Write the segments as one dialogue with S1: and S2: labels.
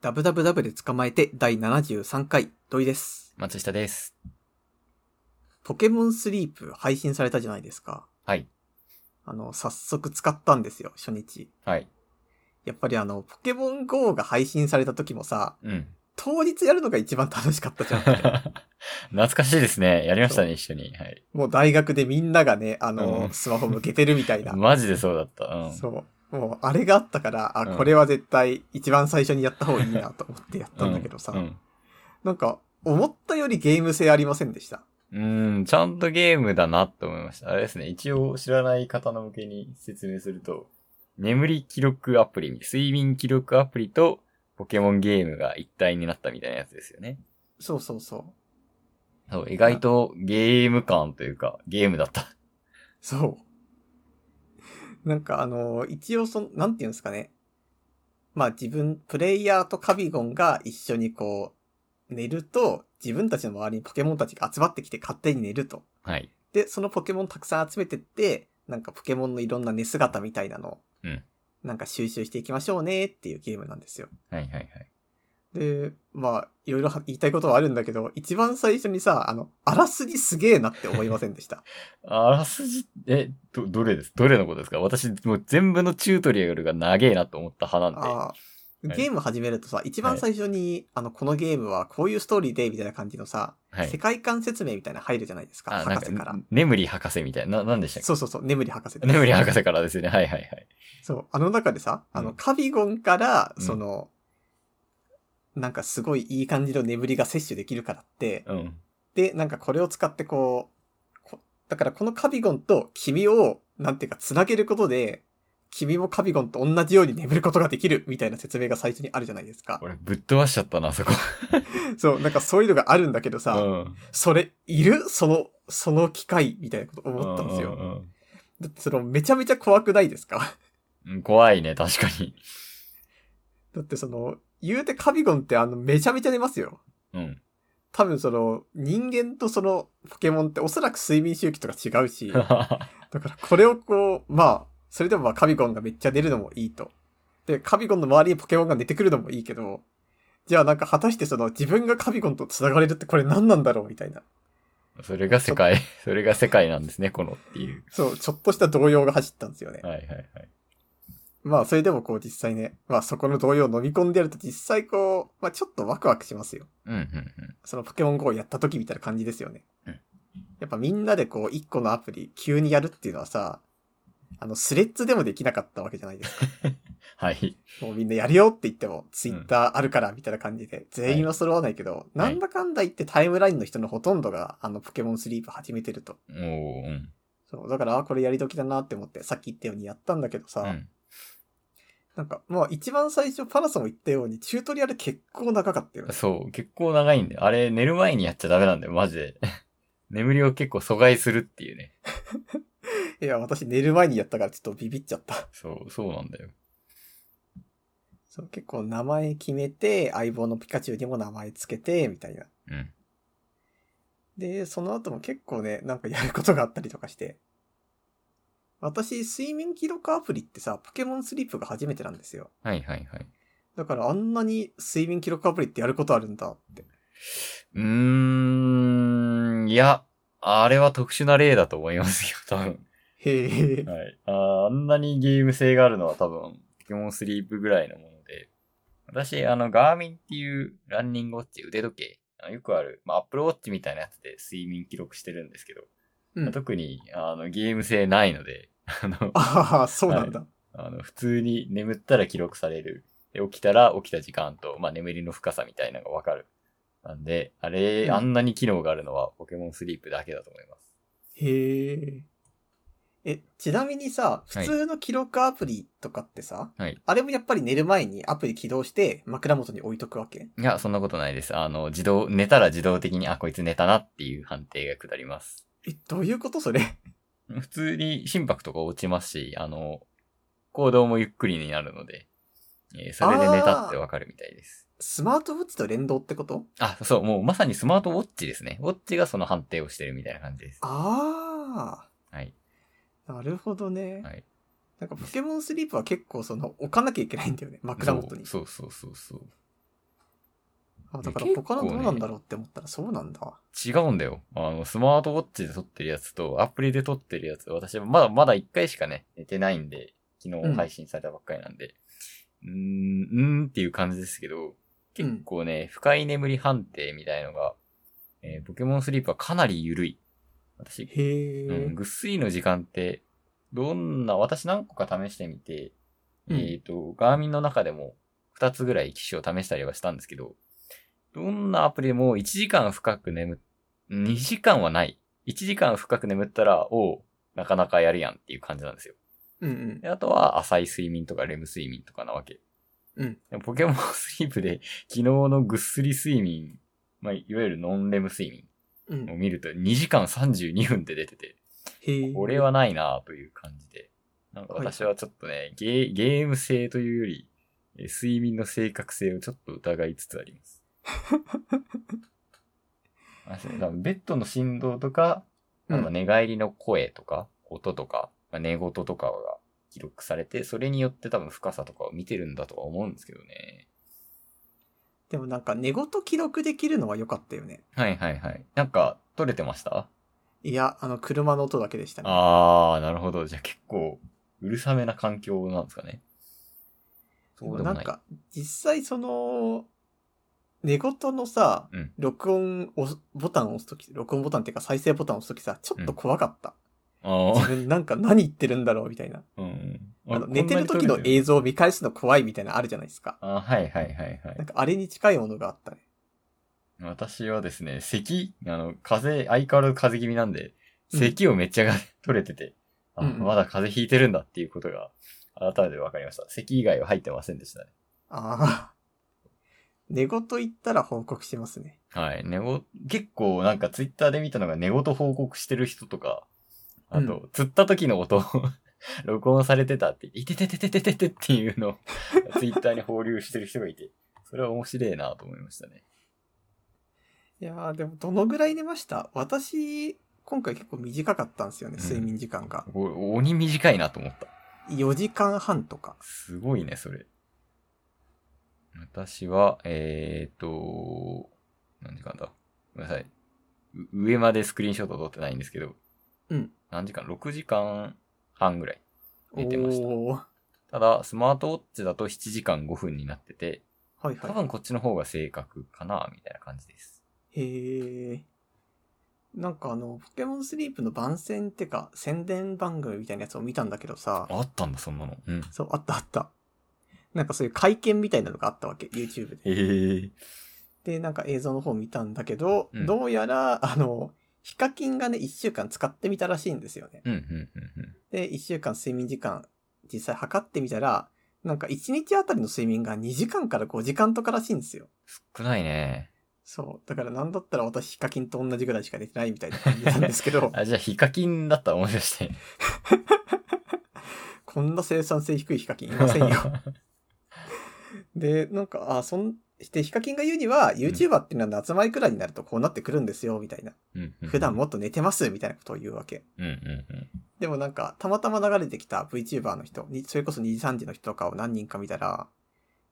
S1: ダブダブダブで捕まえて第73回、土井です。
S2: 松下です。
S1: ポケモンスリープ配信されたじゃないですか。
S2: はい。
S1: あの、早速使ったんですよ、初日。
S2: はい。
S1: やっぱりあの、ポケモン GO が配信された時もさ、
S2: うん。
S1: 当日やるのが一番楽しかったじゃん。
S2: 懐かしいですね。やりましたね、一緒に。はい。
S1: もう大学でみんながね、あの、
S2: うん
S1: スマホ向けてるみたい な。
S2: マジでそうだった。うん。
S1: そう。もう、あれがあったから、あ、
S2: うん
S1: これは絶対一番最初にやった方がいいなと思ってやったんだけどさ、
S2: うん。
S1: なんか、思ったよりゲーム性ありませんでした。
S2: うん、うんちゃんとゲームだなって思いました。あれですね。一応知らない方の向けに説明すると、眠り記録アプリ、睡眠記録アプリとポケモンゲームが一体になったみたいなやつですよね。
S1: そうそうそう。
S2: そう、意外とゲーム感というか、ゲームだった。
S1: そう。なんかあの、一応その、なんていうんですかね。まあ自分、プレイヤーとカビゴンが一緒にこう、寝ると、自分たちの周りにポケモンたちが集まってきて勝手に寝ると。
S2: はい。
S1: で、そのポケモンたくさん集めてって、なんかポケモンのいろんな寝姿みたいなのを、
S2: うん
S1: なんか収集していきましょうねっていうゲームなんですよ。
S2: はいはいはい。
S1: で、まあ、いろいろ言いたいことはあるんだけど、一番最初にさ、あの、あらすじすげえなって思いませんでした。
S2: あらすじ、え、ど、どれですどれのことですか私、もう全部のチュートリアルが長えなと思った派なんで。
S1: ああ
S2: はい
S1: ゲーム始めるとさ、一番最初に、あの、このゲームはこういうストーリーで、みたいな感じのさ、
S2: はい
S1: 世。界観説明みたいなの入るじゃないですか、
S2: あ、なん
S1: 博
S2: か
S1: 士から。、
S2: 眠り博士みたいな、な、なんでしたっ
S1: そうそうそう、眠り博士
S2: け眠り博士からですよね。はいはいはい。
S1: そう、あの中でさ、あの、
S2: うん
S1: カビゴンから、
S2: うん
S1: その、なんかすごいいい感じの眠りが摂取できるからって、
S2: うん。
S1: で、なんかこれを使ってこう、こだからこのカビゴンと君を、なんていうか、つなげることで、君もカビゴンと同じように眠ることができるみたいな説明が最初にあるじゃないですか。
S2: 俺、ぶっ飛ばしちゃったな、そこ。
S1: そう、なんかそういうのがあるんだけどさ、
S2: うん。
S1: それ、いるその、その機械みたいなこと思ったんです
S2: う
S1: よ。
S2: ん
S1: だってその、めちゃめちゃ怖くないですか
S2: うんうん。怖いね、確かに。
S1: だってその、言うてカビゴンってあの、めちゃめちゃ寝ますよ。
S2: うん。
S1: 多分その、人間とその、ポケモンっておそらく睡眠周期とか違う し、だからこれをこう、まあ、それでもまあカビゴンがめっちゃ寝るのもいいと。で、カビゴンの周りにポケモンが寝てくるのもいいけど、じゃあなんか果たしてその、自分がカビゴンと繋がれるってこれ何なんだろうみたいな。
S2: それが世界、それが世界なんですね、このっていう。
S1: そう、ちょっとした動揺が走ったんですよね。
S2: はいはいはい。
S1: まあ、それでもこう実際ね、まあそこの動揺を飲み込んでやると実際こう、まあちょっとワクワクしますよ。
S2: うんうんうん。
S1: そのポケモン GO をやった時みたいな感じですよね。
S2: うん
S1: やっぱみんなでこう、一個のアプリ急にやるっていうのはさ、あの、スレッズでもできなかったわけじゃない ですか。
S2: はい。
S1: もうみんなやるよって言っても、ツイッターあるからみたいな感じで、全員は揃わないけど、なんだかんだ言ってタイムラインの人のほとんどが、あの、ポケモンスリープ始めてると。
S2: おー、うん。
S1: そう、だから、あこれやり時だなって思って、さっき言ったようにやったんだけどさ、
S2: うん。
S1: なんか、まあ一番最初、パナソンも言ったように、チュートリアル結構長かったよね。
S2: そう、結構長いんで、あれ寝る前にやっちゃダメなんだよ、マジで。 眠りを結構阻害するっていうね。
S1: いや、私寝る前にやったからちょっとビビっちゃった。
S2: そう、そうなんだよ。
S1: そう、結構名前決めて、相棒のピカチュウにも名前つけて、みたいな。
S2: うん。
S1: で、その後も結構ね、なんかやることがあったりとかして。私、睡眠記録アプリってさ、ポケモンスリープが初めてなんですよ。
S2: はいはいはい。
S1: だからあんなに睡眠記録アプリってやることあるんだって。
S2: うーん、いや、あれは特殊な例だと思いますよ、多分。
S1: へえ。
S2: はい。あーあんなにゲーム性があるのは多分、ポケモンスリープぐらいのもので。私、あの、ガーミンっていうランニングウォッチ、腕時計、あのよくある、まあ、アップルウォッチみたいなやつで睡眠記録してるんですけど、
S1: うん。
S2: 特に、あの、ゲーム性ないので、あの、
S1: ああ、そうなんだ。
S2: あの、普通に眠ったら記録される。で、起きたら起きた時間と、まあ、眠りの深さみたいなのがわかる。なんで、あれ、
S1: うん
S2: あんなに機能があるのはポケモンスリープだけだと思います。
S1: へえ。え、ちなみにさ、普通の記録アプリとかってさ、
S2: はい
S1: あれもやっぱり寝る前にアプリ起動して枕元に置いとくわけ
S2: いや、そんなことないです。あの、自動、寝たら自動的に、あ、こいつ寝たなっていう判定が下ります。
S1: え、どういうことそれ
S2: 普通に心拍とか落ちますし、あの、行動もゆっくりになるので、えーそれで寝たってわかるみたいです。
S1: スマートウォッチと連動ってこと
S2: あ、そう、もうまさにスマートウォッチですね。ウォッチがその判定をしてるみたいな感じです。
S1: あ
S2: はい。
S1: あ、なるほどね。
S2: はい。
S1: なんかポケモンスリープは結構その置かなきゃいけないんだよね、枕元に。
S2: そうそうそうそうそう。
S1: あだから
S2: 結
S1: 他
S2: 構ね
S1: のどうなんだろうって思ったらそうなんだ。
S2: 違うんだよ。あの、スマートウォッチで撮ってるやつと、アプリで撮ってるやつ、私はまだまだ一回しかね、寝てないんで、昨
S1: うん
S2: 日配信されたばっかりなんで、うーん、うーんっていう感じですけど、結構ね、深い眠り判定みたいのが、えーポケモンスリープはかなり緩い。私、
S1: へえ、
S2: うん、ぐっすりの時間って、どんな、私何個か試してみて、
S1: うん
S2: えっ、と、ガーミンの中でも2つぐらい機種を試したりはしたんですけど、どんなアプリでも1時間深く眠っ、2時間はない。1時間深く眠ったら、おうなかなかやるやんっていう感じなんですよ。
S1: うんうん
S2: で。あとは浅い睡眠とかレム睡眠とかなわけ。
S1: うん
S2: でもポケモンスリープで昨日のぐっすり睡眠、まあ、いわゆるノンレム睡眠
S1: う
S2: を
S1: ん。
S2: 見ると2時間32分で出てて、
S1: へえ。
S2: これはないなという感じで。なんか私はちょっとね、ゲーゲーム性というより、えー睡眠の正確性をちょっと疑いつつあります。あそうだからベッドの振動とか、
S1: う
S2: あ
S1: ん
S2: の寝返りの声とか、音とか、まあ寝言とかが記録されて、それによって多分深さとかを見てるんだとは思うんですけどね。
S1: でもなんか寝言記録できるのは良かったよね。
S2: はいはいはい。なんか、撮れてました
S1: いや、あの、車の音だけでしたね。
S2: あー、なるほど。じゃあ結構、うるさめな環境なんですかね。
S1: で
S2: そう
S1: も
S2: でも
S1: なん
S2: ない。
S1: か、実際その、寝言のさ、
S2: うん
S1: 録音をボタンを押すとき、録音ボタンっていうか再生ボタンを押すときさ、ちょっと怖かった。
S2: あー
S1: 自分なんか何言ってるんだろうみたいな。
S2: うん。
S1: あの寝てる時の映
S2: 像。
S1: 像を見返すの怖いみたいなのあるじゃないですか。
S2: あ、はいはいはいは
S1: なん
S2: い。
S1: かあれに近いものがあったね。
S2: 私はですね、咳、あの、風邪、相変わらず風邪気味なんで、
S1: うん
S2: 咳をめっちゃが 取れてて、あ、
S1: うんうん
S2: まだ風邪ひいてるんだっていうことが、改めて分かりました。咳以外は入ってませんでしたね。
S1: ああ。 寝言言ったら報告しますね。
S2: はい。寝言、結構なんかツイッターで見たのが寝言報告してる人とか、あと、釣った時の音を 録音されてたって、いてててててててっていうのを ツイッターに放流してる人がいて、それは面白いなと思いましたね。
S1: いやー、でもどのぐらい寝ました私、今回結構短かったんですよね、
S2: うん
S1: 睡眠時間が。
S2: お鬼短いなと思った。
S1: 4時間半とか。
S2: すごいね、それ。私は、えーっと、何時間だごめんなさい。う上までスクリーンショット撮ってないんですけど、
S1: うん。
S2: 何時間 ?6 時間半ぐらい。寝てました
S1: おー
S2: ただ、スマートウォッチだと7時間5分になってて、
S1: はい
S2: 多
S1: は
S2: 分こっちの方が正確かな、みたいな感じです。
S1: い。へえ。なんかあの、ポケモンスリープの番宣ってか、宣伝番組みたいなやつを見たんだけどさ、
S2: あったんだ、そんなの。うん。
S1: そう、あったあった。なんかそういう会見みたいなのがあったわけ、YouTube で。
S2: ええ
S1: で、なんか映像の方見たんだけど、
S2: うん
S1: どうやら、あの、ヒカキンがね、1週間使ってみたらしいんですよね。
S2: うん、うん、うん、
S1: で、1週間睡眠時間、実際測ってみたら、なんか1日あたりの睡眠が2時間から5時間とからしいんですよ。
S2: 少ないね。、
S1: そう。だからなんだったら私ヒカキンと同じぐらいしか寝てないみたいな感じなんですけど
S2: あ、じゃあ、ヒカキンだったらもしかして。
S1: こんな生産性低いヒカキンいませんよ。で、なんか、あ、そん、してヒカキンが言うには、YouTuber っていうのは夏前くらいになるとこうなってくるんですよ、みたいな。
S2: うんうん
S1: 普段。もっと寝てます、みたいなことを言うわけ。
S2: うん、うん、うん。
S1: でもなんか、たまたま流れてきた VTuber の人、にそれこそ2時3時の人とかを何人か見たら、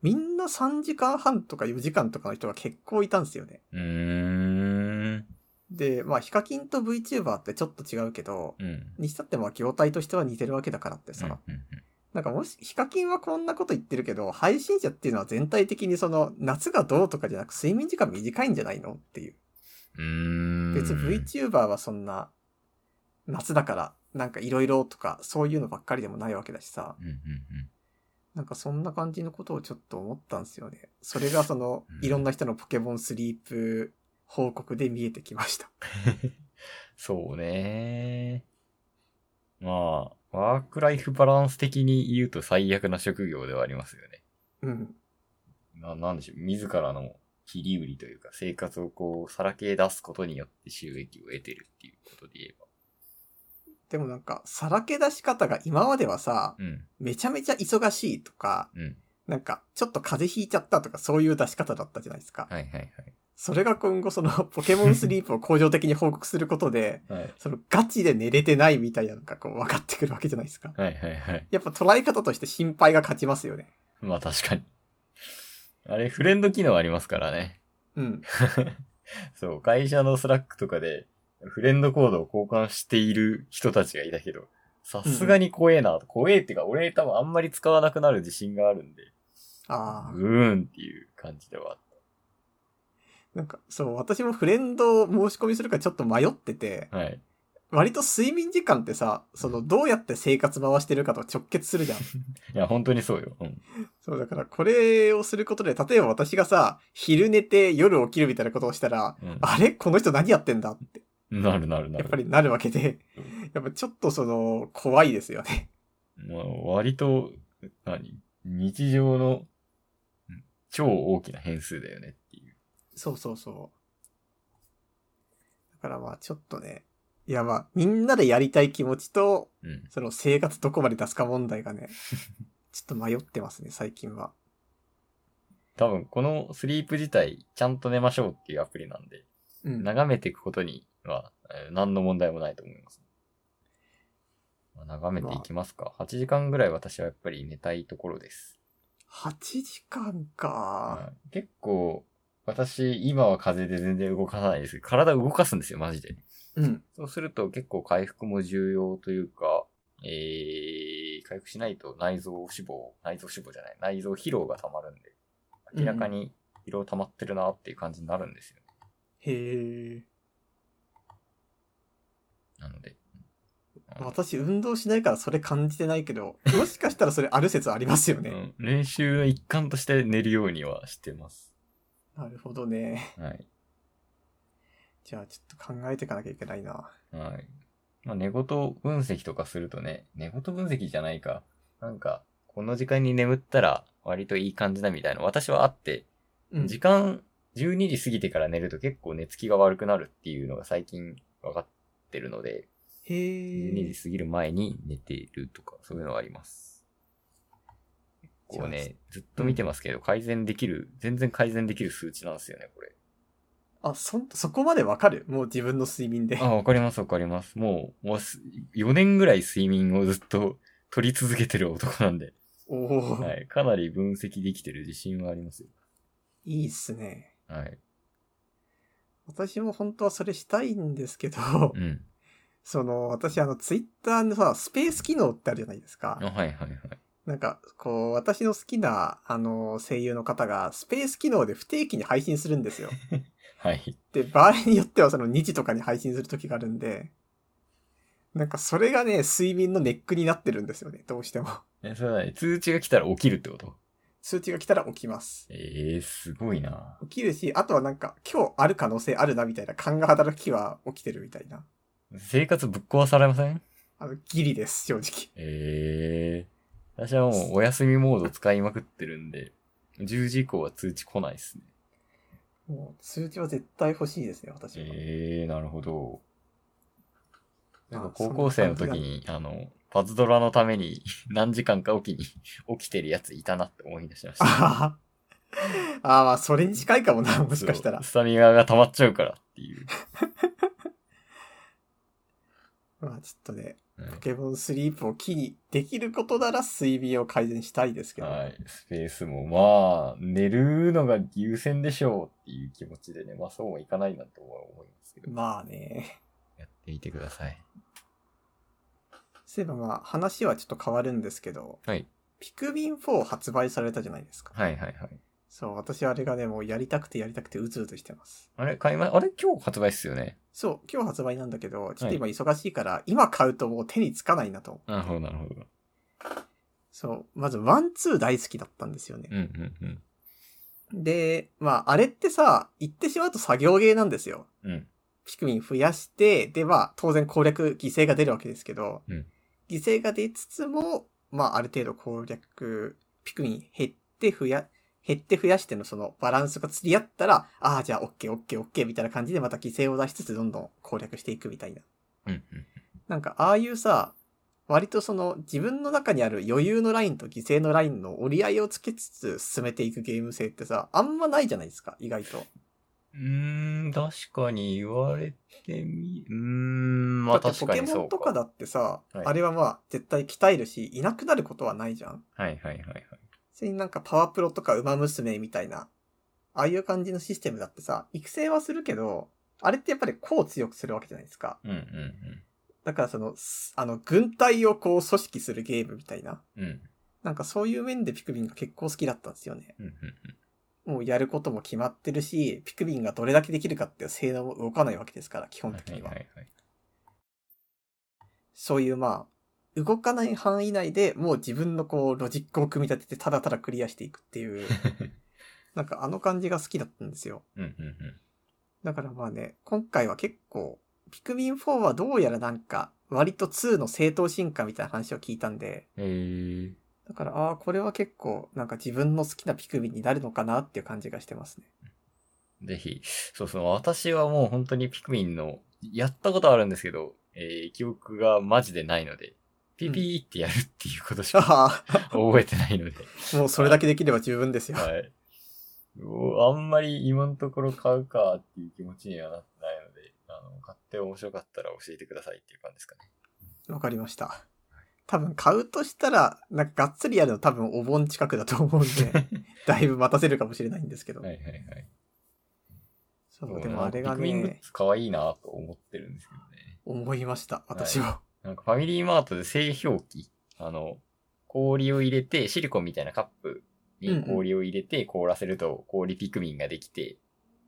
S1: みんな3時間半とか4時間とかの人が結構いたんですよね。
S2: うーん。
S1: で、まあ、ヒカキンと VTuber ってちょっと違うけど、
S2: うん。
S1: にしたってまあ、業態としては似てるわけだからってさ、
S2: うんうん
S1: なんかもし、ヒカキンはこんなこと言ってるけど、配信者っていうのは全体的にその、夏がどうとかじゃなく睡眠時間短いんじゃないのっていう。
S2: うん。うーん
S1: 別に VTuber はそんな、夏だから、なんかいろいろとか、そういうのばっかりでもないわけだしさ、
S2: うんうんうん
S1: なんかそんな感じのことをちょっと思ったんですよね。それがその
S2: う、ん
S1: いろんな人のポケモンスリープ報告で見えてきました。
S2: そうね。まあ、ワークライフバランス的に言うと最悪な職業ではありますよね。
S1: うん。
S2: な、なんでしょう。自らの切り売りというか、生活をこう、さらけ出すことによって収益を得てるっていうことで言えば。
S1: でもなんか、さらけ出し方が今まではさ、
S2: うん、
S1: めちゃめちゃ忙しいとか、
S2: うん。
S1: なんか、ちょっと風邪ひいちゃったとか、そういう出し方だったじゃないですか。
S2: はいはい
S1: それが今後その、 ポケモンスリープを向上的に報告することで、
S2: はい。はい。
S1: その、ガチで寝れてないみたいなのがこう、分かってくるわけじゃないですか。
S2: はいはいはい。
S1: やっぱ捉え方として心配が勝ちますよね。
S2: まあ確かに。あれ、フレンド機能ありますからね。
S1: うん。
S2: そう、会社のスラックとかで、フレンドコードを交換している人たちがいたけど、さすがに怖えな、怖えっていうか、俺多分あんまり使わなくなる自信があるんで、
S1: ああ
S2: う。ーんっていう感じではあっ
S1: なんか、そう、私もフレンドを申し込みするかちょっと迷ってて、
S2: た。はい。
S1: 割と睡眠時間ってさ、その、どうやって生活回してるかと直結するじゃん。
S2: いや、本当にそうよ。うん。
S1: そう、だからこれをすることで、例えば私がさ、昼寝て夜起きるみたいなことをしたら、
S2: うん
S1: あれこの人何やってんだって、
S2: なるなるな
S1: や
S2: る。
S1: っぱりなるわけで、やっぱちょっとその、怖いですよね。
S2: まあ、割と、何日常のうん超大きな変数だよねっていう。
S1: そうそうそう。だからまあちょっとね、いやまあ、みんなでやりたい気持ちと、
S2: うん。
S1: その生活どこまで出すか問題 がね、ちょっと迷ってますね、最近は。
S2: 多分、このスリープ自体、ちゃんと寝ましょうっていうアプリなんで、
S1: うん。
S2: 眺めていくことには、えー何の問題もないと思います。まあ眺めていきますか。8時間ぐらい私はやっぱり寝たいところです。
S1: 8時間か。
S2: はい結構、私、今は風邪で全然動かないですけど、体動かすんですよ、マジで。
S1: うん。
S2: そうすると結構回復も重要というか、えー、回復しないと内臓脂肪、内臓脂肪じゃない、内臓疲労が溜まるんで、明らかに疲労溜まってるなっていう感じになるんですよ。
S1: へえ。
S2: なので。うん
S1: 私運動しないからそれ感じてないけど、もしかしたらそれある説ありますよ
S2: う
S1: ね。
S2: ん、練習の一環として寝るようにはしてます。
S1: なるほどね。
S2: はい。
S1: じゃあちょっと考えていかなきゃいけないな。
S2: はい。まあ、寝言分析とかするとね、寝言分析じゃないか。なんか、この時間に眠ったら割といい感じだみたいな。私はあって、
S1: うん。
S2: 時間12時過ぎてから寝ると結構寝つきが悪くなるっていうのが最近分かってるので、
S1: へ
S2: 12
S1: え。
S2: 時過ぎる前に寝てるとか、そういうのはあります。こうね、ずっと見てますけど、改善できる、全然改善できる数値なんですよね、これ。
S1: あ、そん、そこまでわかるもう自分の睡眠で。
S2: あ、わかりますわかります。もう、もうす4年ぐらい睡眠をずっと取り続けてる男なんで、
S1: おお、、
S2: はいい。かなり分析できてる自信はありますよ。
S1: いっすね。
S2: はい。
S1: 私も本当はそれしたいんですけど、
S2: うん。
S1: その、私あの、ツイッターのさ、スペース機能ってあるじゃないですか
S2: あ、。はいはいはい。
S1: なんか、こう、私の好きな、あの、声優の方が、スペース機能で不定期に配信するん ですよ。
S2: はい。
S1: で、場合によってはその2時とかに配信する時があるんで、なんかそれがね、睡眠のネックになってるんですよね、どうしても。
S2: え、それはね、通知が来たら起きるってこと
S1: 通知が来たら起きます。
S2: ええー、すごいな
S1: 起きるし、あとはなんか今日ある可能性あるなみたいな勘が働く日は起きてるみたいな。
S2: 生活ぶっ壊されません
S1: あの、ギリです、正直。
S2: ええー。私はもうお休みモード使いまくってるんで、10時以降は通知来ないですね。
S1: もう通知は絶対欲しいですね、私は。
S2: ええー、なるほど。なんか
S1: あ
S2: 高校生の
S1: そん
S2: 時
S1: な感じ
S2: に、あの、パズドラのために 何時間かおきに 起きてるやついたなって思い出しま し
S1: あ
S2: た。
S1: ははあー、まあ、それに近いかもな、もしかしたら
S2: そう。スタミナが溜まっちゃうからっていう。
S1: まあ、ちょっとね、
S2: はい
S1: ポケモンスリープを機に、できることなら睡眠を改善したいですけど。
S2: はい。スペースも、まあ、寝るのが優先でしょうっていう気持ちでね、まあそうもいかないなとは思いますけど。
S1: まあね。
S2: やってみてください。
S1: そういえばまあ話はちょっと変わるんですけど、
S2: はい。
S1: ピクミン4発売されたじゃないですか。
S2: はいはいはい。
S1: そう、私あれがね、もうやりたくてやりたくてうずうずしてます。
S2: あれ、買いま、あれ今日発売っすよね。
S1: そう、今日発売なんだけど、ちょっと今忙しいから、今買うともう手につかないなと。
S2: なるほどなるほど。
S1: そう、まずワンツー大好きだったんですよね
S2: うん。うん
S1: で、まああれってさ、言ってしまうと作業ゲーなんですよ。
S2: うん。うん。
S1: ピクミン増やして、で、まあ当然攻略、犠牲が出るわけですけど、
S2: うん
S1: 犠牲が出つつも、まあある程度攻略、ピクミン減って増や、減って増やしてのそのバランスが釣り合ったら、ああ、じゃあオッケーオッケーオッケーみたいな感じでまた犠牲を出しつつどんどん攻略していくみたいな。
S2: うん
S1: なんかああいうさ、割とその自分の中にある余裕のラインと犠牲のラインの折り合いをつけつつ進めていくゲーム性ってさ、あんまないじゃないですか、意外と。
S2: うん。うーん、確かに言われてみ、うーん、まあ
S1: だって
S2: 確
S1: ポ
S2: か
S1: ケ
S2: に
S1: モ
S2: そ
S1: ン
S2: うか。
S1: とかだってさ、
S2: はい
S1: あれはまあ絶対鍛えるし、いなくなることはないじゃん。
S2: はいはいはいはい。
S1: それになんかパワプロとかウマ娘みたいな、ああいう感じのシステムだってさ、育成はするけど、あれってやっぱりこう強くするわけじゃないですか。
S2: うんうん
S1: だからその、すあの、軍隊をこう組織するゲームみたいな。
S2: うん。うん
S1: なんかそういう面でピクミンが結構好きだったんですよね。
S2: うんうん
S1: もうやることも決まってるし、ピクミンがどれだけできるかっていう性能も動かないわけですから、基
S2: うん。
S1: 本的には。
S2: いいい
S1: そういうまあ、動かない範囲内でもう自分のこうロジックを組み立ててただただクリアしていくっていう、なんかあの感じが好きだったんですよ。
S2: うんうん
S1: だからまあね、今回は結構、ピクミン4はどうやらなんか、割と2の正当進化みたいな話を聞いたんで、
S2: うん。へえ。
S1: だから、ああ、これは結構、なんか自分の好きなピクミンになるのかなっていう感じがしてますね。
S2: ぜひ。そうそう。私はもう本当にピクミンの、やったことはあるんですけど、えー記憶がマジでないので、ピピーってやるっていうことし か
S1: あ
S2: 覚えてないので。
S1: あ、もうそれだけできれば十分ですよ。
S2: はい。おあんまり今のところ買うかっていう気持ちにはなってないので、あの、買って面白かったら教えてくださいっていう感じですかね。
S1: わかりました。多分買うとしたら、なんかがっつりやるの多分お盆近くだと思うん で、だいぶ待たせるかもしれないんですけど。
S2: はいはいはい。
S1: そう、でもあれが
S2: ピクミングッ
S1: ね、
S2: ズ可愛いなと思ってるんですけどね。
S1: 思いました、私は。
S2: なんかファミリーマートで製氷機。あの、氷を入れて、シリコンみたいなカップに氷を入れて凍らせると氷ピクミンができて、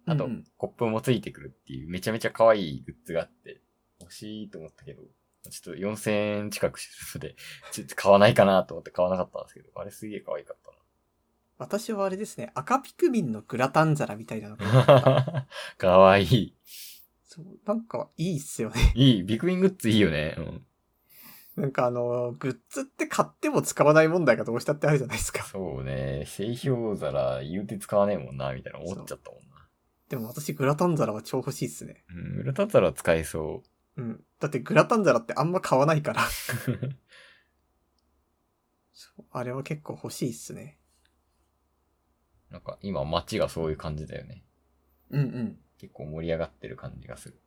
S2: あと
S1: うんうん
S2: コップもついてくるっていうめちゃめちゃ可愛いグッズがあって、欲しいと思ったけど、ちょっと4000円近くするので、ちょっと買わないかなと思って買わなかったんですけど、あれすげえ可愛かっ
S1: 私はあれですね、赤ピクミンのグラタン皿みたいなのが
S2: た な。可愛い。
S1: そう、なんかいいっすよね。
S2: いい。ビクミングッズいいよね。うん。
S1: なんかあの、グッズって買っても使わない問題がどうしたってあるじゃないですか。
S2: そうね。製氷皿言うて使わねえもんな、みたいな思っちゃったもんな。
S1: でも私グラタン皿は超欲しいっすね。
S2: うん、裏タ皿使えそ
S1: うん。だってグラタン皿ってあんま買わないから。
S2: う。
S1: そうあれは結構欲しいっすね。
S2: なんか今街がそういう感じだよね。
S1: うんうん。
S2: 結構盛り上がってる感じがする。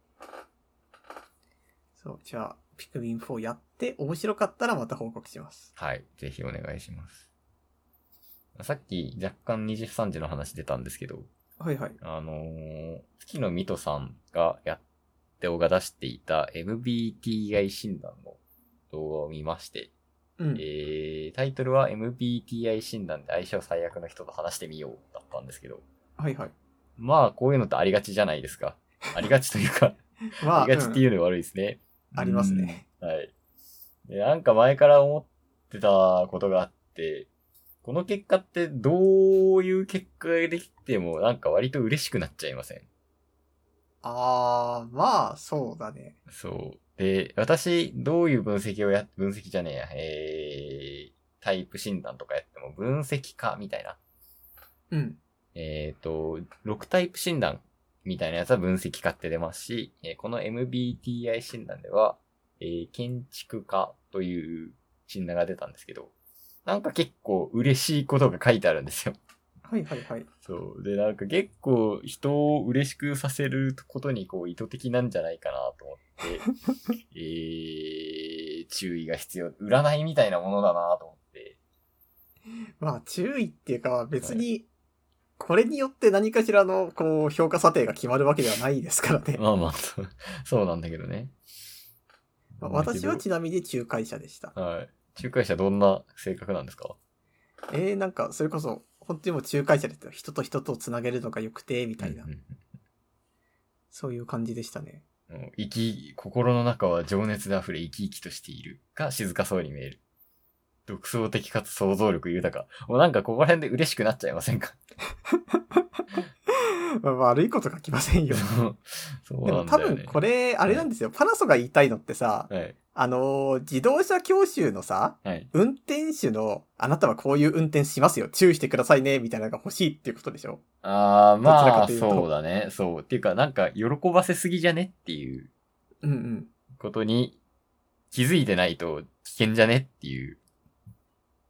S1: そう、じゃあ、ピクミン4やって、面白かったらまた報告します。
S2: はい。ぜひお願いします。さっき若干23時の話出たんですけど、
S1: はいはい。
S2: あのー、月野水戸さんがやっておが出していた MBTI 診断の動画を見まして、
S1: うん。
S2: えー、タイトルは MBTI 診断で相性最悪の人と話してみようだったんですけど、
S1: はいはい。
S2: まあこういうのってありがちじゃないですか。ありがちというか、
S1: ま
S2: あ
S1: あ、
S2: りがちって
S1: うん
S2: いうの悪いですね。
S1: ありますね。
S2: うん。はい。で、なんか前から思ってたことがあって、この結果ってどういう結果ができてもなんか割と嬉しくなっちゃいません。
S1: あー、まあ、そうだね。
S2: そう。で、私、どういう分析をや、分析じゃねえや、えー、タイプ診断とかやっても分析か、みたいな。
S1: うん。
S2: えっ、と、6タイプ診断みたいなやつは分析家って出ますし、えーこの MBTI 診断では、えー建築家という診断が出たんですけど、なんか結構嬉しいことが書いてあるんですよ。
S1: はいはいはい。
S2: そう。で、なんか結構人を嬉しくさせることにこう意図的なんじゃないかなと 思って、えー、注意が必要。占いみたいなものだなと思って。
S1: まあ、注意っていうか、別に、これによって何かしらの、こう、評価査定が決まるわけではないですからね。
S2: まあまあ、そうそうなんだけどね。
S1: まあ私はちなみに仲介者でした。
S2: はい。仲介者どんな性格なんですか
S1: えー、なんか、それこそ、本当にもう仲介者ですよ。人と人とをつなげるのが良くて、みたいな
S2: う。ん
S1: そういう感じでしたね。
S2: うんもう生き、心の中は情熱で溢れ生き生きとしているが静かそうに見える。独創的かつ想像力豊か。もうなんかここら辺で嬉しくなっちゃいませんか
S1: まあ、悪いこと書きませんよ。
S2: そう
S1: で
S2: な
S1: も
S2: ん
S1: 多
S2: だよね。
S1: 分これ、あれなんですよ。パナソが言いたいのってさ、
S2: はい。
S1: あのー自動車教習のさ、
S2: はい。
S1: 運転手の、あなたはこういう運転しますよ。注意してくださいね、みたいなのが欲しいっていうことでしょ。
S2: ああ、
S1: どちら
S2: ま
S1: か
S2: あ、
S1: というと
S2: そうだね。そう。っていうか、なんか、喜ばせすぎじゃねっていう
S1: うんうん。
S2: ことに気づいてないと危険じゃねっ ていう。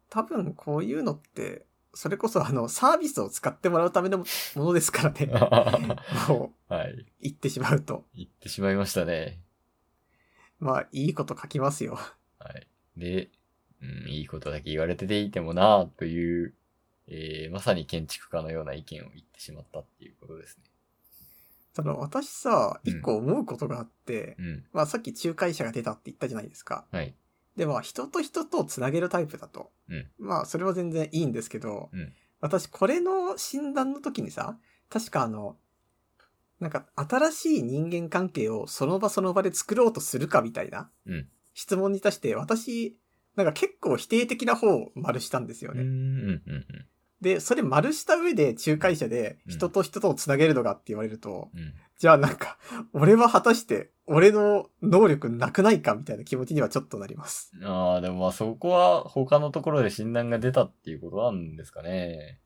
S1: 多分こういうのって、それこそあの、サービスを使ってもらうためのものですから ね。もう、
S2: はい。
S1: 言ってしまうと。
S2: 言ってしまいましたね。
S1: まあ、いいこと書きますよ。
S2: はい。で、うん、いいことだけ言われてていてもなあというえー、まさに建築家のような意見を言ってしまったっていうことですね。
S1: ただ私さ、
S2: うん
S1: 一個思うことがあって、
S2: うん。
S1: まあさっき仲介者が出たって言ったじゃないですか。
S2: はい。
S1: で、まあ人と人とをつなげるタイプだと。
S2: うん
S1: まあそれは全然いいんですけど、
S2: うん
S1: 私これの診断の時にさ、確かあの、なんか新しい人間関係をその場その場で作ろうとするかみたいな
S2: うん
S1: 質問に対して私、なんか結構否定的な方を丸したんですよ
S2: うん、
S1: ね。
S2: うん、うん、
S1: で、それ丸した上で仲介者で
S2: うん
S1: 人と人とをつなげるのがって言われると、
S2: うん。うん
S1: じゃあなんか、俺は果たして俺の能力なくないかみたいな気持ちにはちょっとなります。
S2: ああ、でもまあそこは他のところで診断が出たっていうことなんですかね。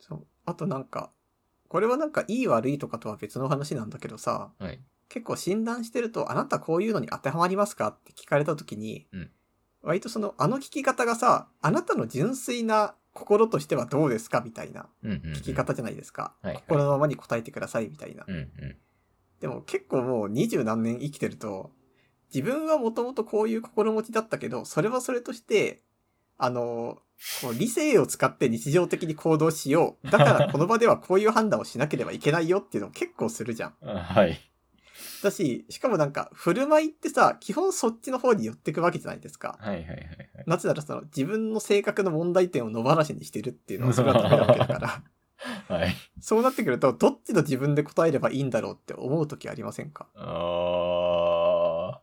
S1: そう。あとなんか、これはなんかいい悪いとかとは別の話なんだけどさ、
S2: はい。
S1: 結構診断してると、あなたこういうのに当てはまりますかって聞かれた時に、
S2: うん
S1: 割とその、あの聞き方がさ、あなたの純粋な心としてはどうですかみたいな
S2: うん、うん。
S1: 聞き。方じゃないですか。
S2: はいはい
S1: 心のままに答えてくださいみたいな。
S2: うん、うん。
S1: でも結構もう二十何年生きてると、自分はもともとこういう心持ちだったけど、それはそれとして、あの、こう理性を使って日常的に行動しよう。だ からこの場ではこういう判断をしなければいけないよっていうのを結構するじゃん。
S2: あはい。
S1: だし、しかもなんか振る舞いってさ、基本そっちの方に寄ってくわけじゃないですか。
S2: はいはいはいはい。
S1: なぜならその自分の性格の問題点を野放しにしてるっていうのはそれはダメなわけだから。
S2: はい。
S1: そうなってくると、どっちの自分で答えればいいんだろうって思う時ありませんか
S2: ああ。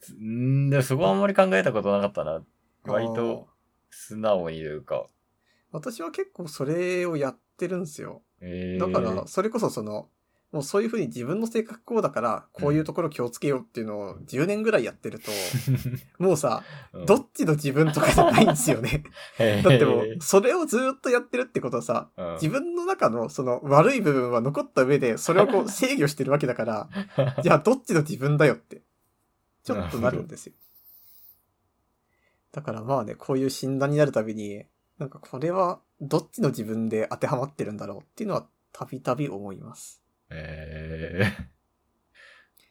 S2: つんーでもそこはあんまり考えたことなかったな。割と素直にというか。
S1: 私は結構それをやってるんですよ。
S2: え
S1: だ
S2: ー、
S1: から、それこそその、もうそういうふうに自分の性格こうだから、こういうところ気をつけようっていうのを10年ぐらいやって ると、もうさ、
S2: うん
S1: どっちの自分とかじゃないんですよね。
S2: へー
S1: だってもう、それをずーっとやってるってことはさ、
S2: うん
S1: 自分の中のその悪い部分は残った上で、それをこう制御してるわけだから、 じゃあどっちの自分だよって、ちょっとなるんですよ。だからまあね、こういう診断になるたびに、なんかこれはどっちの自分で当てはまってるんだろうっていうのはたびたび思います。
S2: えー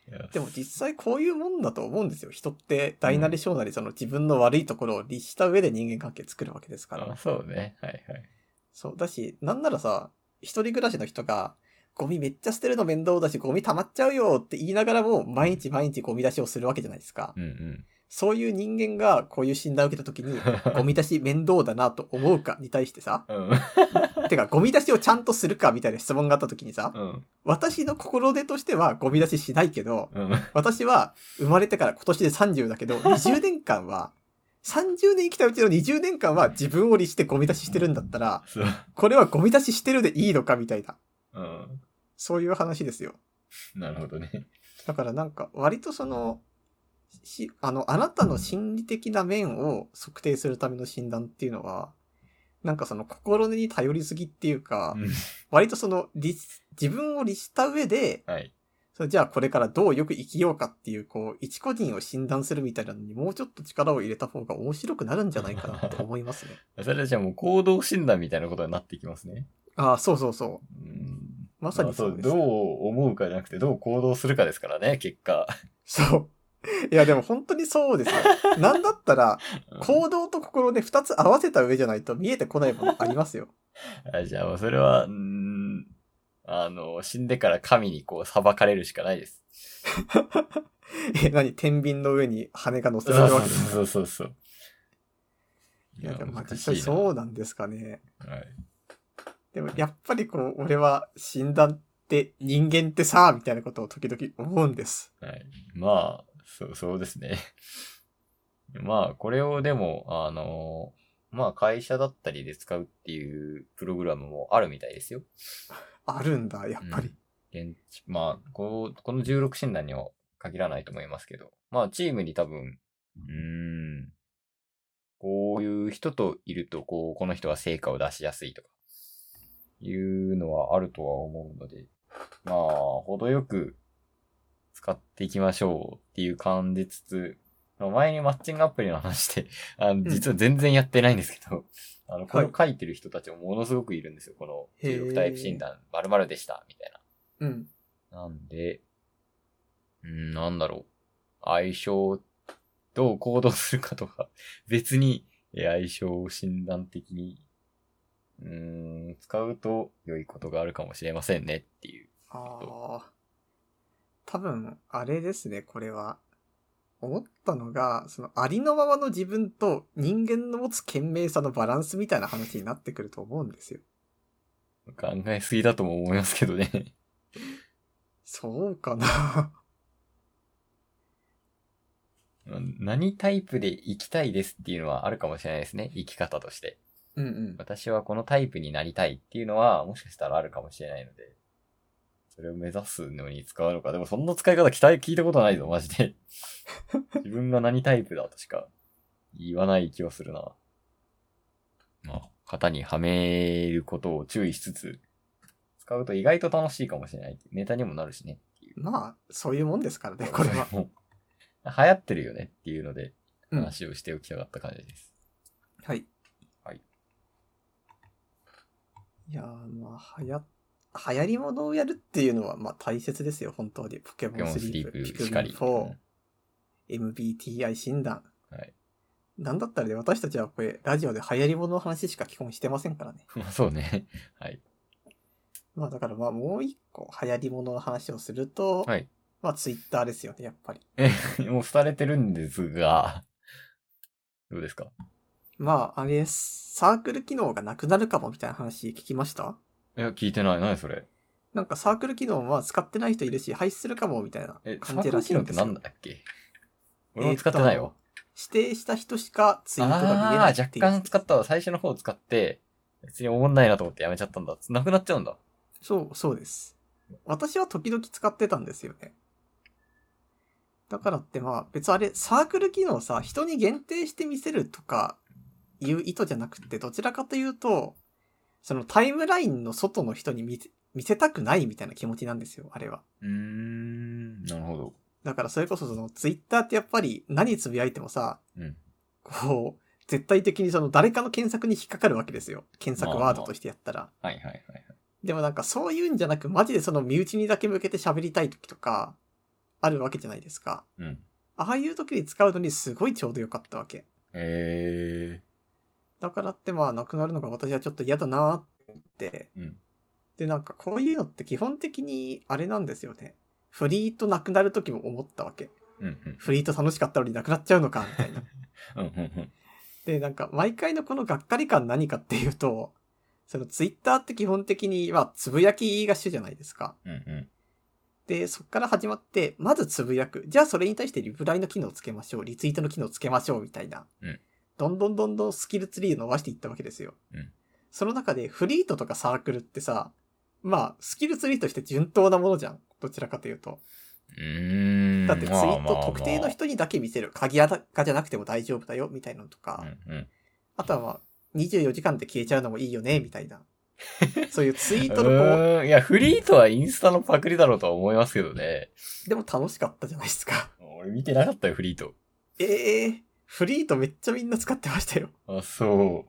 S2: いや
S1: でも実際こういうもんだと思うんですよ。人って大なり小なりその自分の悪いところを律した上で人間関係作るわけですから。
S2: あそうね。はいはい。
S1: そう。だし、なんならさ、一人暮らしの人が、ゴミめっちゃ捨てるの面倒だし、ゴミ溜まっちゃうよって言いながらも、毎日毎日ゴミ出しをするわけじゃないですか
S2: う。んうん。
S1: そういう人間が、こういう診断を受けた時に、 ゴミ出し面倒だなと思うかに対して さ、
S2: うん。
S1: てか、ゴミ出しをちゃんとするかみたいな質問があった時にさ、
S2: うん。
S1: 私の心根としてはゴミ出ししないけど、
S2: うん。
S1: 私は生まれてから今年で30だけど、20年間は、30年生きたうちの20年間は自分を律してゴミ出ししてるんだったら、
S2: そう。
S1: これはゴミ出ししてるでいいのかみたいな。
S2: うん。
S1: そういう話ですよ。
S2: なるほどね。
S1: だからなんか、割とその、し、あの、あなたの心理的な面を測定するための診断っていうのは、なんかその心根に頼りすぎっていうか、
S2: うん
S1: 割とその、律自分を律した上で、
S2: はい。
S1: そのじゃあこれからどうよく生きようかっていう、こう、一個人を診断するみたいなのにもうちょっと力を入れた方が面白くなるんじゃないかなと思いますね。
S2: それじゃあもう行動診断みたいなことになってきますね。
S1: ああ、そうそうそう。
S2: うん。
S1: まさにそう
S2: ま
S1: で
S2: あ
S1: す
S2: ど。う思うかじゃなくて、どう行動するかですからね、結果。
S1: そう。いや、でも本当にそうですよ。なんだったら、行動と心で二つ合わせた上じゃないと見えてこないものありますよ。
S2: あじゃあ、もうそれは、うーんあの、死んでから神にこう、裁かれるしかな いです。
S1: え、何天秤の上に羽が乗せ
S2: そう
S1: られるわけですか
S2: そうそうそう。
S1: いや、でもまあ
S2: 難
S1: 実
S2: しい
S1: 際
S2: な
S1: そうなんですかね。
S2: はい。
S1: でもやっぱりこう、俺は診断って人間ってさ、みたいなことを時々思うんです。
S2: はい。まあ、そう、そうですね。 まあ、これをでも、あの、まあ、会社だったりで使うっていうプログラムもあるみたいですよ。
S1: あるんだ、やっぱり。
S2: 現地、まあ、こう、この16診断には限らないと思いますけど、まあ、チームに多分、うーん、こういう人といると、こう、この人は成果を出しやすいとか、いうのはあるとは思うので、まあ、程よく使っていきましょうっていう感じつつ、前にマッチングアプリの話で、あの、実は全然やってないんですけど、あの、これを書いてる人たちもものすごくいるんですよ。この16タイプ診断、〇〇でした、みたいな。
S1: うん。
S2: なんで、うん、 なんだろう。相性、どう行動するかとか、別にえ相性を診断的に、うーん、使うと良いことがあるかもしれませんねっていう。
S1: ああ。多分、あれですね、これは。思ったのが、そのありのままの自分と人間の持つ賢明さのバランスみたいな話になってくると思うんですよ。
S2: 考えすぎだとも思いますけどね。
S1: そうかな
S2: うん何タイプで生きたいですっていうのはあるかもしれないですね。生き方として。
S1: うんうん。
S2: 私はこのタイプになりたいっていうのは、もしかしたらあるかもしれないので、それを目指すのに使うのか。でもそんな使い方期待聞いたことないぞ、マジ で。自分が何タイプだとしか言わない気はするな。まあ、型にはめることを注意しつつ、使うと意外と楽しいかもしれない。ネタにもなるしねっていう。
S1: まあ、そういうもんですからね、これは。
S2: もう流行ってるよねっていうので、
S1: うん
S2: 話をしておきたかった感じです。
S1: はい。
S2: はい。
S1: いやー、まあ、流行、流行り物をやるっていうのは、まあ大切ですよ、本当に。ポケ
S2: ポケ
S1: モン
S2: モン
S1: ス
S2: スリ
S1: リ
S2: ー
S1: ープ、
S2: プ
S1: ピクミ
S2: し
S1: ン
S2: かり。
S1: 4、MBTI 診断。
S2: はい。
S1: なんだったらね、私たちはこれ、ラジオで流行り物の話しか基本してませんからね。
S2: まあそうね。はい。
S1: まあだからまあもう一個流行り物の話をすると、
S2: はい。
S1: まあツイッターですよね、やっぱり。
S2: もう廃れてるんですが、どうですか
S1: まああれ、サークル機能がなくなるかもみたいな話聞きました
S2: いや、聞いてない。何それ
S1: なんかサークル機能は使ってない人いるし、廃止するかもみたいな
S2: え、サ
S1: 感
S2: ー
S1: じ
S2: クル
S1: ら
S2: 機
S1: しい
S2: 能っ
S1: ん
S2: て
S1: ですよ。
S2: 何だっけ俺も使ってないわ。
S1: 指定した人しかツイートが見れな
S2: あ
S1: い
S2: あー、
S1: って
S2: 若
S1: いう。
S2: 干使ったわ。最初の方使って、別に思んないなと思ってやめちゃったんだ。なくなっちゃうんだ。
S1: そう、そうです。私は時々使ってたんですよね。だからってまあ別にあれサークル機能さ、人に限定して見せるとかいう意図じゃなくて、どちらかというと、そのタイムラインの外の人に見せ見せたくないみたいな気持ちなんですよ、あれは。
S2: うーん、なるほど。
S1: だからそれこそそのツイッターってやっぱり何つぶやいてもさ、
S2: うん。
S1: こう、絶対的にその誰かの検索に引っかかるわけですよ。検索ワードとしてやったら。
S2: はいはいはいはい。
S1: でもなんかそういうんじゃなく、マジでその身内にだけ向けて喋りたい時とか、あるわけじゃないですか。
S2: うん。
S1: ああいう時に使うのにすごいちょうどよかったわけ。
S2: え
S1: だからってまあ、なくなるのが私はちょっと嫌だなって思って。
S2: ー。うん。
S1: で、なんかこういうのって基本的にあれなんですよね。フリートなくなる時も思ったわけ。
S2: うんうん。
S1: フリート楽しかったのになくなっちゃうのか、みたい な。
S2: うんうん
S1: で、なんか、毎回のこのがっかり感何かっていうと、そのツイッターって基本的に、まあ、つぶやきが主じゃないですか。
S2: うん。うんうん。
S1: で、そっから始まって、まずつぶやく。じゃあそれに対してリプライの機能をつけましょう。リツイートの機能をつけましょう、みたいな。
S2: うん
S1: どんどんどんどんスキルツリーを伸ばしていったわけですよ。
S2: うん
S1: その中で、フリートとかサークルってさ、まあ、スキルツリーとして順当なものじゃん。どちらかというと。
S2: うーん。
S1: だってツイー
S2: まあまあま
S1: ト
S2: あ
S1: 特定の人にだけ見せる。鍵垢じゃなくても大丈夫だよ、みたいなのとか。
S2: うんうん。
S1: あとはまあ、24時間で消えちゃうのもいいよね、みたい な。そういうツイートの
S2: う
S1: こ
S2: ーんいや、フリーとはインスタのパクリだろうとは思いますけどね。
S1: う、でも楽しかったじゃないですか。
S2: 俺見てなかったよ、フリーと。
S1: ええフリートめっちゃみんな使ってましたよ。
S2: あ、そ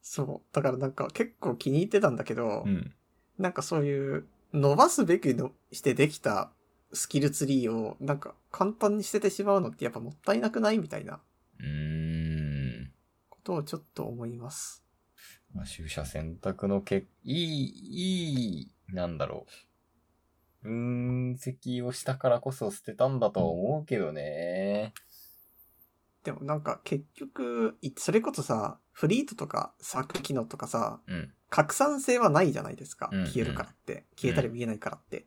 S1: そう。だからなんか結構気に入ってたんだけど、
S2: う。うん。
S1: なんかそういう伸ばすべくのしてできたスキルツリーをなんか簡単に捨ててしまうのってやっぱもったいなくないみたいな
S2: うーん。
S1: ことをちょっと思います。
S2: まあ、取捨選択の結いい、いい、なんだろう。分析をしたからこそ捨てたんだとは思うけどね。
S1: でもなんか結局、いそれこそさ、フリートとかサークル機能とかさ、
S2: うん。
S1: 拡散性はないじゃないですか。
S2: うんうん
S1: 消えるからって。消えたり見えないからって。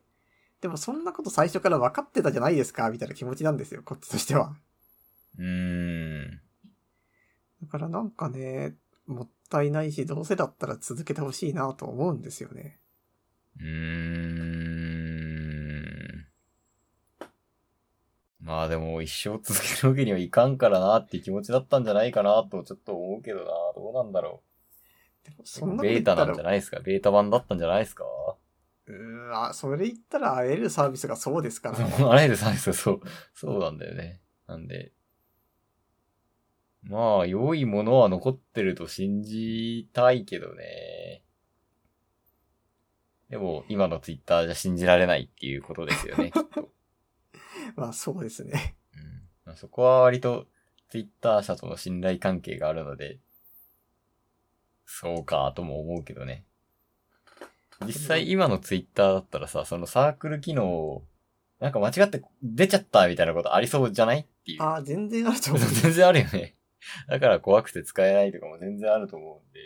S1: でもそんなこと最初から分かってたじゃないですか、みたいな気持ちなんですよ、こっちとしては。
S2: うーん。
S1: だからなんかね、もったいないし、どうせだったら続けてほしいなと思うんですよね。
S2: うーん。まあでも一生続けるわけにはいかんからなっていう気持ちだったんじゃないかなとちょっと思うけどな。どうなんだろ
S1: でもそん
S2: う。
S1: なこと
S2: ベ
S1: 言っ
S2: ータ
S1: たら、
S2: なんじゃ
S1: う
S2: ないですかベータ版だったんじゃないですか
S1: ーわ、それ言ったら会えるサービスがそうですから ね、
S2: そうあらゆるサービスがそう、そうなんだよね。なんで。まあ、良いものは残ってると信じたいけどね。でも、今のツイッターじゃ信じられないっていうことですよね、きっと。
S1: まあそうですね。
S2: うんまあ、そこは割とツイッター社との信頼関係があるので、そうか、とも思うけどね。実際今のツイッターだったらさ、そのサークル機能、なんか間違って出ちゃったみたいなことありそうじゃないっていう。
S1: ああ、全然あると思う。
S2: 全然あるよね。だから怖くて使えないとかも全然あると思うんで。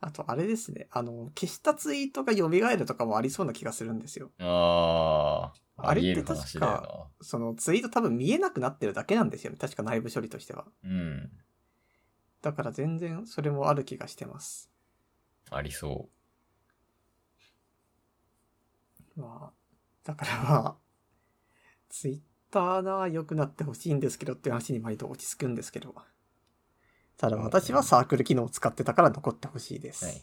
S1: あと、あれですね。あの、消したツイートが蘇るとかもありそうな気がするんですよ。
S2: ああ、
S1: あれ
S2: りえ
S1: って
S2: る話だよ
S1: そのツイート多分見えなくなってるだけなんですよね。確か内部処理としては。
S2: な。うん。
S1: だから全然それもある気がしてます。
S2: ありそ
S1: まあ、だからまあ、ツイッターな良くなってほしいんですけどっていう話に毎度落ち着くんですけど。ただ私はサークル機能を使ってたから残ってほしいで
S2: う。
S1: す。
S2: はい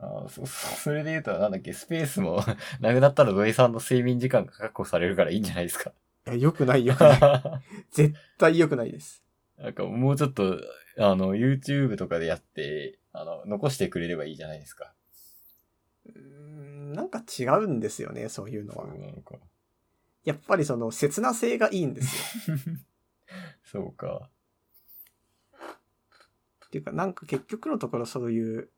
S2: はいはい。ああ、そ、そそれで言うと、なんだっけ、スペースも、 なくなったら土井さんの睡眠時間が確保されるからいいんじゃないですか。
S1: いや、良くない良くない。絶対良くないです。
S2: なんかもうちょっと、あの、YouTube とかでやって、あの、残してくれればいいじゃないですか。
S1: うーんなんか違うんですよね、そういうの
S2: そ
S1: は
S2: う。なのか。
S1: やっぱりその、切な性がいいんですよ。
S2: そうか。
S1: っていうか、なんか結局のところそういう、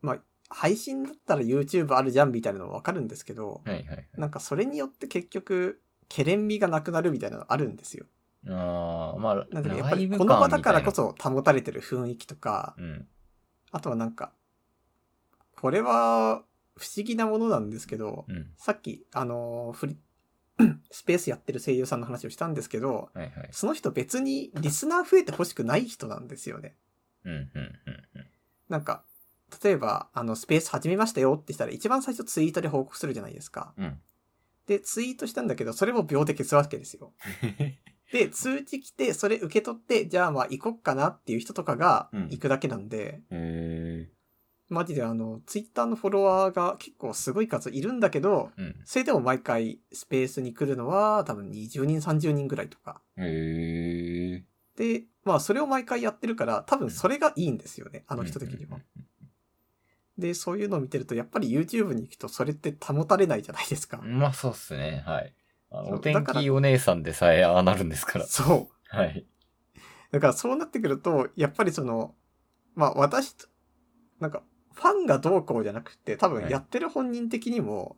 S1: まあ、配信だったら YouTube あるじゃんみたいなのはわかるんですけど、
S2: はいはい。
S1: なんかそれによって結局、ケレン味がなくなるみたいなのあるんですよ。
S2: ああ、まあ、
S1: なんでやっぱ
S2: ライ
S1: り
S2: ブ
S1: こ
S2: 感
S1: の場だからこ
S2: み
S1: そ保たれてる雰囲気とか
S2: た、いな。うん。
S1: あとはなんか、これは不思議なものなんですけど、
S2: うん。
S1: さっき、あのーフリ、 スペースやってる声優さんの話をしたんですけど、
S2: はいはい。
S1: その人別にリスナー増えてほしくない人なんですよね。
S2: うん、うん、うん
S1: なんか、例えば、あの、スペース始めましたよってしたら、一番最初ツイートで報告するじゃないですか。
S2: うん。うん。
S1: で、ツイートしたんだけど、それも秒で消すわけですよ。で、通知来て、それ受け取って、じゃあまあ行こっかなっていう人とかが
S2: うん
S1: 行くだけなんで、
S2: へえ。
S1: マジであの、ツイッターのフォロワーが結構すごい数いるんだけど、
S2: うん。
S1: それでも毎回スペースに来るのは多分20人、30人ぐらいとか。
S2: へえ。
S1: で、まあそれを毎回やってるから、多分それがいいんですよね、あの人的には。で、そういうのを見てると、やっぱり YouTube に行くとそれって保たれないじゃないですか
S2: う。ん。まあ、そうっすね。はい。あの
S1: そう
S2: お天
S1: だから
S2: 気お姉さんでさえああなるんで すから。
S1: そう。
S2: はい。
S1: だからそうなってくると、やっぱりその、まあ私と、なんか、ファンがどうこうじゃなくて、多分
S2: はい
S1: やってる本人的にも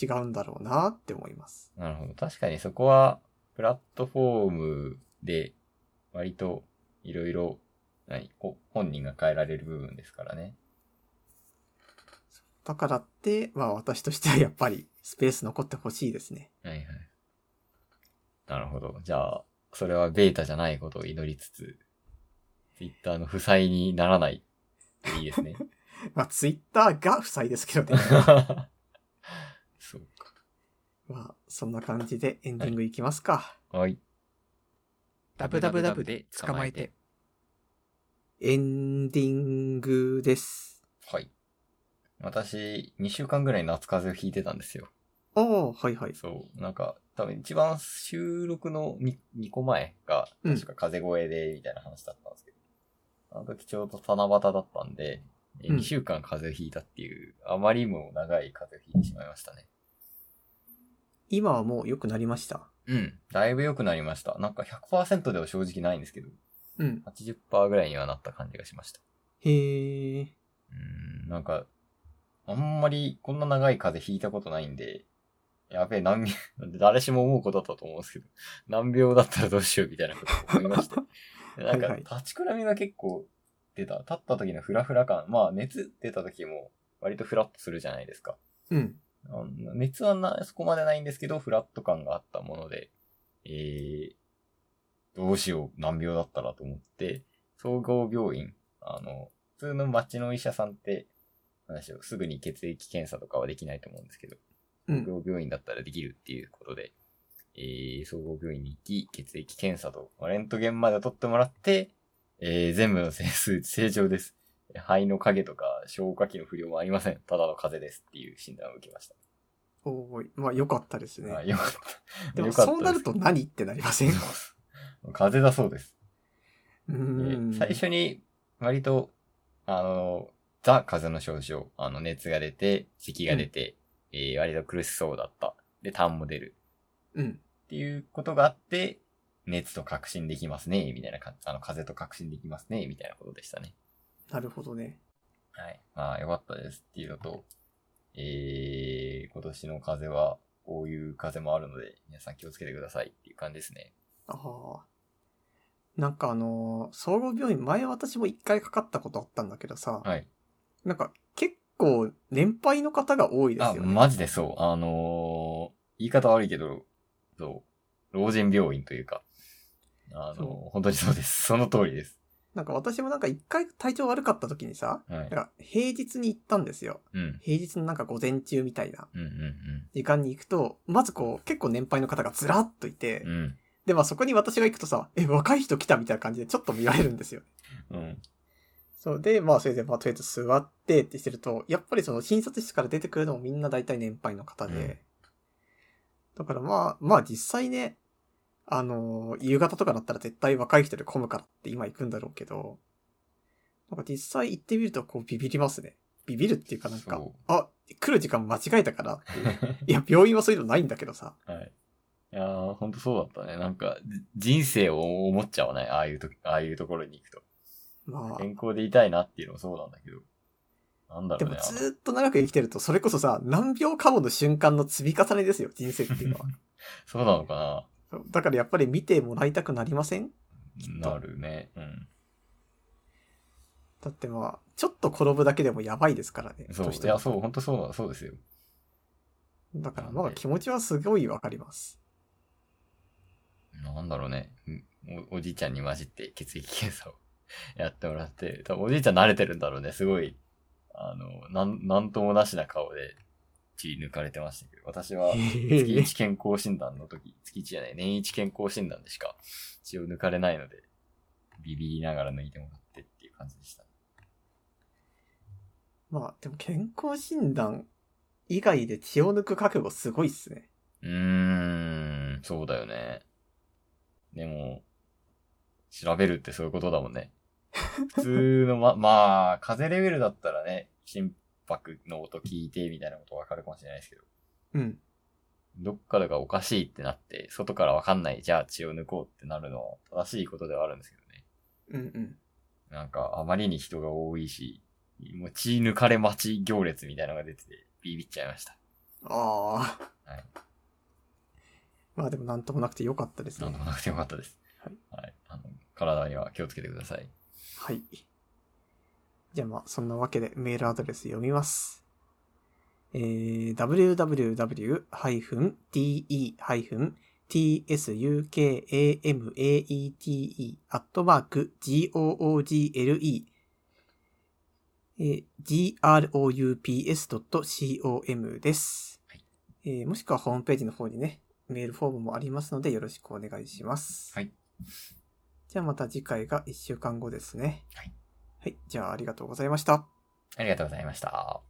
S1: 違うんだろうなって思います。
S2: なるほど。確かにそこは、プラットフォームで、割と、いろいろ、何こ本人が変えられる部分ですからね。
S1: だからって、まあ私としてはや っぱりスペース残ってほしいですね。
S2: はいはい。なるほど。じゃあ、それはベータじゃないことを祈りつつ、ツイッターの負債にならない。いいですね。
S1: まあツイッターが負債です けどね。
S2: そうか。
S1: まあそんな感じでエンディングいきますか。
S2: はい。
S3: ダブダブダブで捕まえて。
S1: エンディングです。
S2: はい。私、2週間ぐらい夏風邪をひいてたんですよ。
S1: おー、はいはい。
S2: そう。なんか、多分一番収録の 2, 個前が、
S1: うん
S2: 確か風邪声で、みたいな話だったんですけど。あの時ちょうど七夕だったんで、え
S1: うん
S2: 2週間風邪をひいたっていう、あまりにも長い風邪をひいてしまいましたね。
S1: 今はもう良くなりました。
S2: うん。だいぶ良くなりました。なんか100%では正直ないんですけど、
S1: うん。
S2: 80%ぐらいにはなった感じがしました。
S1: へえ。
S2: うーん、なんか、あんまりこんな長い風邪ひいたことないんで、やべえ、難病、 誰しも思うことだったと思うんですけど、難病だったらどうしようみたいなことを思い ました。でなん
S1: は
S2: か、
S1: い
S2: 立ちくらみが結構出た。立った時のフラフラ感。まあ、熱出た時も割とフラッとするじゃないですか。
S1: うん。
S2: あの熱はな、そこまでないんですけど、フラット感があったもので、えー、どうしよう、難病だったらと思って、総合病院、あの、普通の町の医者さんって、話をすぐに血液検査とかはできないと思うんですけど、
S1: う
S2: 総
S1: ん。
S2: 合病院だったらできるっていうことで、えー、総合病院に行き、血液検査と、レントゲンまで取ってもらって、えー、全部の整数値正常です。肺の影とか消化器の不良はありません。ただの風邪ですっていう診断を受けました。
S1: おーい。まあ良かったですね。
S2: あよかった。
S1: でも
S2: よかった
S1: そうなると何ってなりません
S2: そうです 風邪だそうです。
S1: う
S2: で
S1: ん。
S2: 最初に、割と、あの、ザ風邪の症状、あの、熱が出て、咳が出て、えー割と苦しそうだった。で、痰も出る。
S1: うん。
S2: っていうことがあって、熱と確信できますね、みたいなか、あの、風と確信できますね、みたいなことでしたね。
S1: なるほどね。
S2: はい。まあ、よかったですっていうのと、えー、今年の風は、こういう風もあるので、皆さん気をつけてくださいっていう感じですね。
S1: ああ。なんかあのー総合病院、前私も一回かかったことあったんだけどさ、
S2: はい。
S1: なんか結構年配の方が多いです
S2: あ、
S1: よね。
S2: マジでそう。あのー言い方悪いけど、そう、老人病院というか、あのー
S1: そ
S2: 本当にそうです。 その通りです。
S1: なんか私もなんか一回体調悪かった時にさ、
S2: はい
S1: なん。か平日に行ったんですよ。
S2: うん。
S1: 平日のなんか午前中みたいな
S2: うん
S1: 時間に行くと、まずこう結構年配の方がずらっといて、
S2: うんうん。うん。
S1: でまあそこに私が行くとさ、え、若い人来たみたいな感じでちょっと見られるんですよ。
S2: うん。
S1: そうで、まあそれでまあとりあえず座ってってしてると、やっぱりその診察室から出てくるのもみんな大体年配の方で、
S2: うん
S1: だからまあ、まあ実際ね、あのー夕方とかだったら絶対若い人で混むからって今行くんだろうけど、なんか実際行ってみるとこうビビりますね。ビビるっていうかなんか
S2: そう、
S1: あ、来る時間間違えたからっていう。いや、病院はそういうのないんだけどさ。
S2: はい。いやー、ほんとそうだったね。なんか、じ人生を思っちゃわない。ああいうとき、ああいうところに行くと。
S1: まあ、
S2: 健康でいたいなっていうのもそうなんだけど。なんだ
S1: で
S2: ろう
S1: も
S2: ね。
S1: ずーっと長く生きてると、それこそさ、何秒かもの瞬間の積み重ねですよ、人生っていうの は。
S2: そうなのか
S1: そうだからやっぱり見てもらいたくなりませんっと
S2: ななるね。うん。
S1: だってまあ、ちょっと転ぶだけでもやばいですからね。
S2: そう。
S1: 年
S2: い
S1: 取る
S2: や、そう、ほんとそうな、そうですよ。
S1: だからまあ気持ちはすごいわかります。
S2: なんだろうね。うんおおじいちゃんに混じって血液検査を やってもらって、多分おじいちゃん慣れてるんだろうね。すごい、あの、なん、なんともなしな顔で血抜かれてましたけど、私は月一健康診断の時、月一じゃない、年一健康診断でしか血を抜かれないので、ビビりながら抜いてもらってっていう感じでした。
S1: まあ、でも健康診断以外で血を抜く覚悟すごいっすね。
S2: うーん、そうだよね。でも、調べるってそういうことだもん ね。普通のま、まあ、風邪レベルだったらね、心拍の音聞いてみたいなことわかるかもしれないですけど、
S1: うん。
S2: どっからがおかしいってなって、外からわかんない、じゃあ血を抜こうってなるのは正しいことではあるんですけどね。
S1: うんうん。
S2: なんか、あまりに人が多いし、もう血抜かれ待ち行列みたいなのが出てて、ビビっちゃいました。
S1: ああ。
S2: はい
S1: まあでもなんともなくてよかったです
S2: なん
S1: ね
S2: と。もなくてよかったです。
S1: はい。
S2: はい。あの、体には気をつけてください。
S1: はい。じゃあまあ、そんなわけでメールアドレス読みます。えー、www-de-tsukamate.google えー groups.com です、
S2: はい
S1: えーもしくはホームページの方にね、メールフォームもありますのでよろしくお願いします。
S2: はい。
S1: じゃあまた次回が1週間後ですね。
S2: はい。
S1: はい。じゃあありがとうございました。
S2: ありがとうございました。